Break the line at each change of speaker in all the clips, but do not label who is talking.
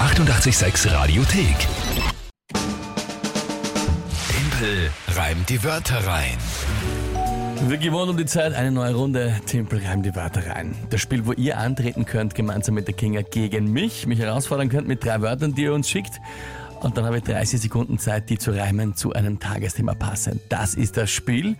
886 Radiothek. Tempel reimt die Wörter rein.
Wir gewonnen um die Zeit, eine neue Runde. Tempel reimt die Wörter rein. Das Spiel, wo ihr antreten könnt, gemeinsam mit der Kinga gegen mich, mich herausfordern könnt mit drei Wörtern, die ihr uns schickt. Und dann habe ich 30 Sekunden Zeit, die zu reimen zu einem Tagesthema passend. Das ist das Spiel.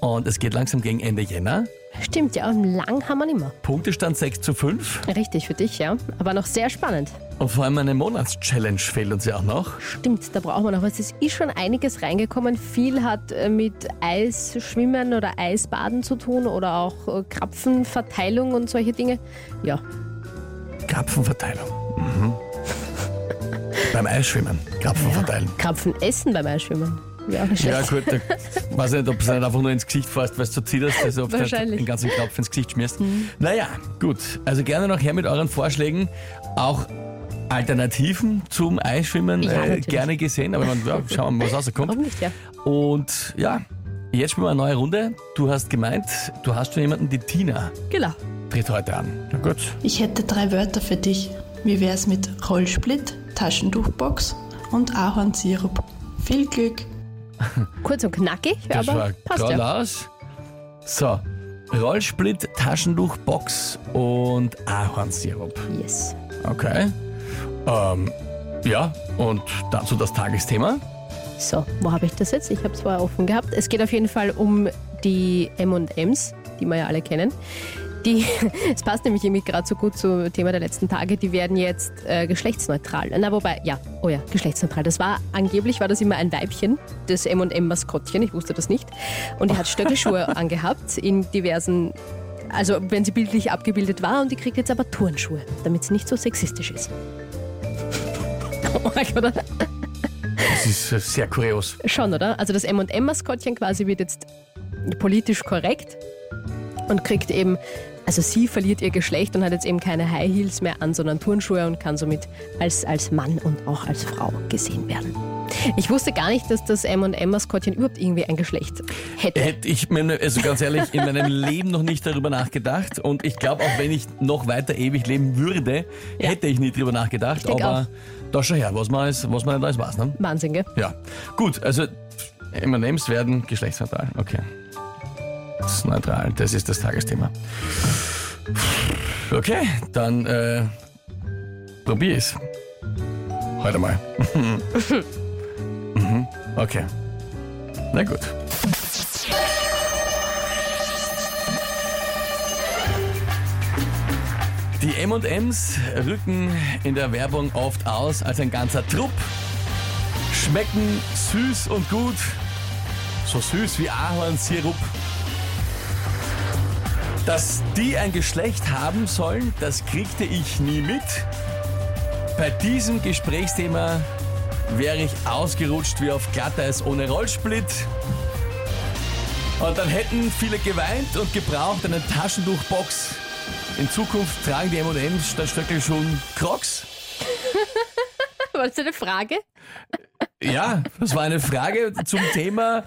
Und es geht langsam gegen Ende Jänner.
Stimmt, ja, und lang haben wir nicht mehr.
Punktestand 6 zu 5.
Richtig für dich, ja. Aber noch sehr spannend.
Und vor allem eine Monatschallenge fehlt uns ja auch noch.
Stimmt, da brauchen wir noch was. Es ist schon einiges reingekommen. Viel hat äh, mit Eisschwimmen oder Eisbaden zu tun oder auch äh, Krapfenverteilung und solche Dinge. Ja,
Krapfenverteilung. Mhm. Beim Eisschwimmen. Krapfen verteilen.
Krapfen essen beim Eisschwimmen. Wäre auch nicht
Ja,
schlecht.
gut, da weiß ich nicht, ob es nicht einfach nur ins Gesicht fährst, weil du zu zitterst, also ob du nicht
Wahrscheinlich. Mhm.
den ganzen Knopf ins Gesicht schmierst. Naja, gut. Also gerne noch her mit euren Vorschlägen. Auch Alternativen zum Eisschwimmen
Ja,
äh,
natürlich.
gerne gesehen, aber man, ja, schauen wir mal, was rauskommt.
Warum nicht, ja? Oh.
Und ja, jetzt spielen wir eine neue Runde. Du hast gemeint, du hast schon jemanden, die Tina
Genau.
tritt heute an. Na gut.
Ich hätte drei Wörter für dich. Wie wär's mit Rollsplit, Taschentuchbox und Ahornsirup? Viel Glück!
Kurz und knackig,
Das
aber
war
passt ja.
geradeaus. So, Rollsplit, Taschentuch, Box und Ahornsirup.
Yes.
Okay. Ähm, ja, und dazu das Tagesthema.
So, wo habe ich das jetzt? Ich habe es vorher offen gehabt. Es geht auf jeden Fall um die MMs, die wir ja alle kennen. Die, es passt nämlich irgendwie gerade so gut zum Thema der letzten Tage, die werden jetzt äh, geschlechtsneutral. Na, wobei, ja, oh ja, geschlechtsneutral. Das war, angeblich war das immer ein Weibchen, das M&M-Maskottchen, ich wusste das nicht. Und die hat Stöckelschuhe angehabt in diversen, also wenn sie bildlich abgebildet war und die kriegt jetzt aber Turnschuhe, damit sie nicht so sexistisch ist. Oh mein Gott, oder?
Das ist äh, sehr kurios.
Schon, oder? Also das MM-Maskottchen quasi wird jetzt politisch korrekt und kriegt eben, also sie verliert ihr Geschlecht und hat jetzt eben keine High Heels mehr an, sondern Turnschuhe und kann somit als, als Mann und auch als Frau gesehen werden. Ich wusste gar nicht, dass das MM-Maskottchen überhaupt irgendwie ein Geschlecht hätte.
Hätte ich, mir- also ganz ehrlich, in meinem Leben noch nicht darüber nachgedacht. Und ich glaube, auch wenn ich noch weiter ewig leben würde, hätte ich nie darüber nachgedacht.
denk
Aber da schon her, was man, alles, was man nicht alles weiß. Ne?
Wahnsinn, gell?
Ja, gut, also M&M's werden geschlechtsneutral. Okay. Das ist neutral, das ist das Tagesthema. Okay, dann äh, probier ich's. Heute mal. mhm. Okay. Na gut. Die M&M's rücken in der Werbung oft aus als ein ganzer Trupp schmecken süß und gut. So süß wie Ahornsirup. Dass die ein Geschlecht haben sollen, das kriegte ich nie mit. Bei diesem Gesprächsthema wäre ich ausgerutscht wie auf Glatteis ohne Rollsplit. Und dann hätten viele geweint und gebraucht eine Taschentuchbox. In Zukunft tragen die M&M's statt Stöckelschuhen Crocs.
War das eine Frage?
Ja, das war eine Frage zum Thema,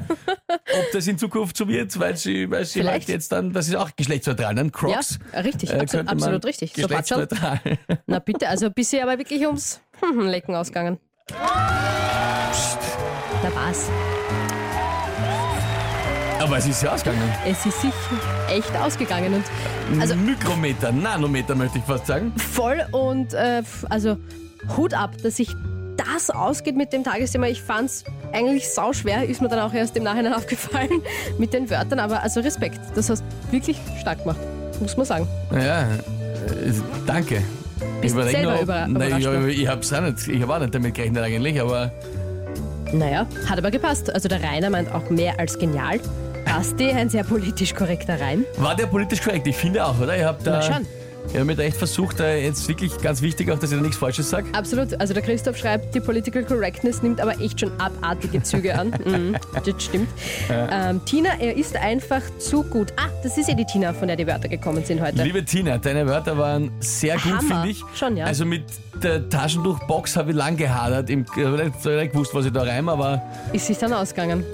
ob das in Zukunft so wird, weil sie, weil sie halt
Vielleicht.
jetzt dann, das ist auch geschlechtsneutral, dann Crocs.
Ja, richtig,
äh,
absolut,
könnte man
absolut richtig. So, passt schon.
Geschlechtsneutral.
Na bitte, also bisher aber wirklich ums Lecken ausgegangen. Da war's.
Aber es ist ja ausgegangen.
Es ist sich echt ausgegangen und Also-
Mikrometer, Nanometer möchte ich fast sagen.
voll und äh, f- also Hut ab, dass sich das ausgeht mit dem Tagesthema. Ich fand's eigentlich sauschwer, ist mir dann auch erst im Nachhinein aufgefallen mit den Wörtern, aber also Respekt, das hast wirklich stark gemacht, muss man sagen.
Ja, äh, danke.
Bist
überleg
selber
nur, ob- Nein,
überra-
ich,
überrascht ne? worden?
ich hab's auch nicht, ich hab auch nicht damit gerechnet eigentlich, aber
Naja, hat aber gepasst. Also der Rainer meint auch mehr als genial. Basti, ein sehr politisch korrekter Reim.
war der politisch korrekt? Ich finde auch, oder? Ich hab da,
Na schon.
ich hab mir da echt versucht, da jetzt wirklich ganz wichtig auch, dass ich da nichts Falsches sage.
Absolut, also der Christoph schreibt, die Political Correctness nimmt aber echt schon abartige Züge an. mhm, das stimmt. Ähm, Tina, er ist einfach zu gut. Ah, das ist ja die Tina, von der die Wörter gekommen sind heute.
Liebe Tina, deine Wörter waren sehr gut,
Hammer.
finde ich.
Schon, ja.
Also mit der Taschentuchbox habe ich lang gehadert. Im, ich habe nicht, nicht gewusst, was ich da reim, aber
Ist sich dann ausgegangen.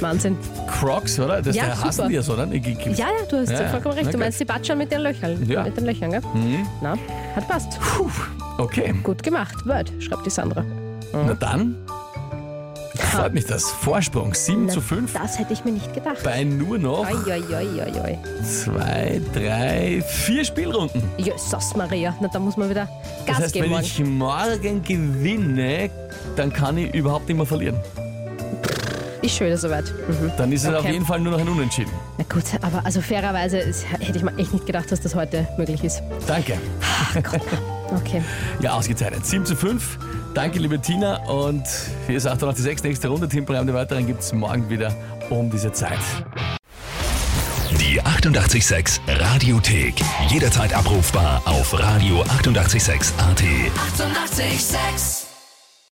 Wahnsinn.
Crocs, oder? Das
Ja,
der hassen
super.
die ja so, oder? Ich, ich,
Ja, ja, du hast
Ja, ja.
vollkommen recht.
Na Mhm.
Du meinst die Batschern mit den Löchern.
Ja.
Mit den Löchern, gell? Na, hat passt.
Puh, Okay,
Gut gemacht, Word, schreibt die Sandra.
na dann freut mich das. Vorsprung 7
Na,
zu 5
Das hätte ich mir nicht gedacht.
bei nur noch
Eieieiei.
zwei, drei, vier Spielrunden.
Jesus Maria. Na, da muss man wieder Gas
Das heißt,
geben
wenn
morgen.
ich morgen gewinne, dann kann ich überhaupt nicht mehr verlieren.
Ist schon wieder soweit. Mhm.
Dann ist es auf
Okay.
jeden Fall nur noch ein Unentschieden.
Na gut, aber also fairerweise es, hätte ich mir echt nicht gedacht, dass das heute möglich ist.
Danke.
Okay.
Ja, ausgezeichnet. 7 zu 5. Danke, liebe Tina. Und hier ist 886, nächste Runde. Teamprogramm der Weiteren gibt es morgen wieder um diese Zeit.
Die 886 Radiothek. Jederzeit abrufbar auf radio886.at. 886! 886.
886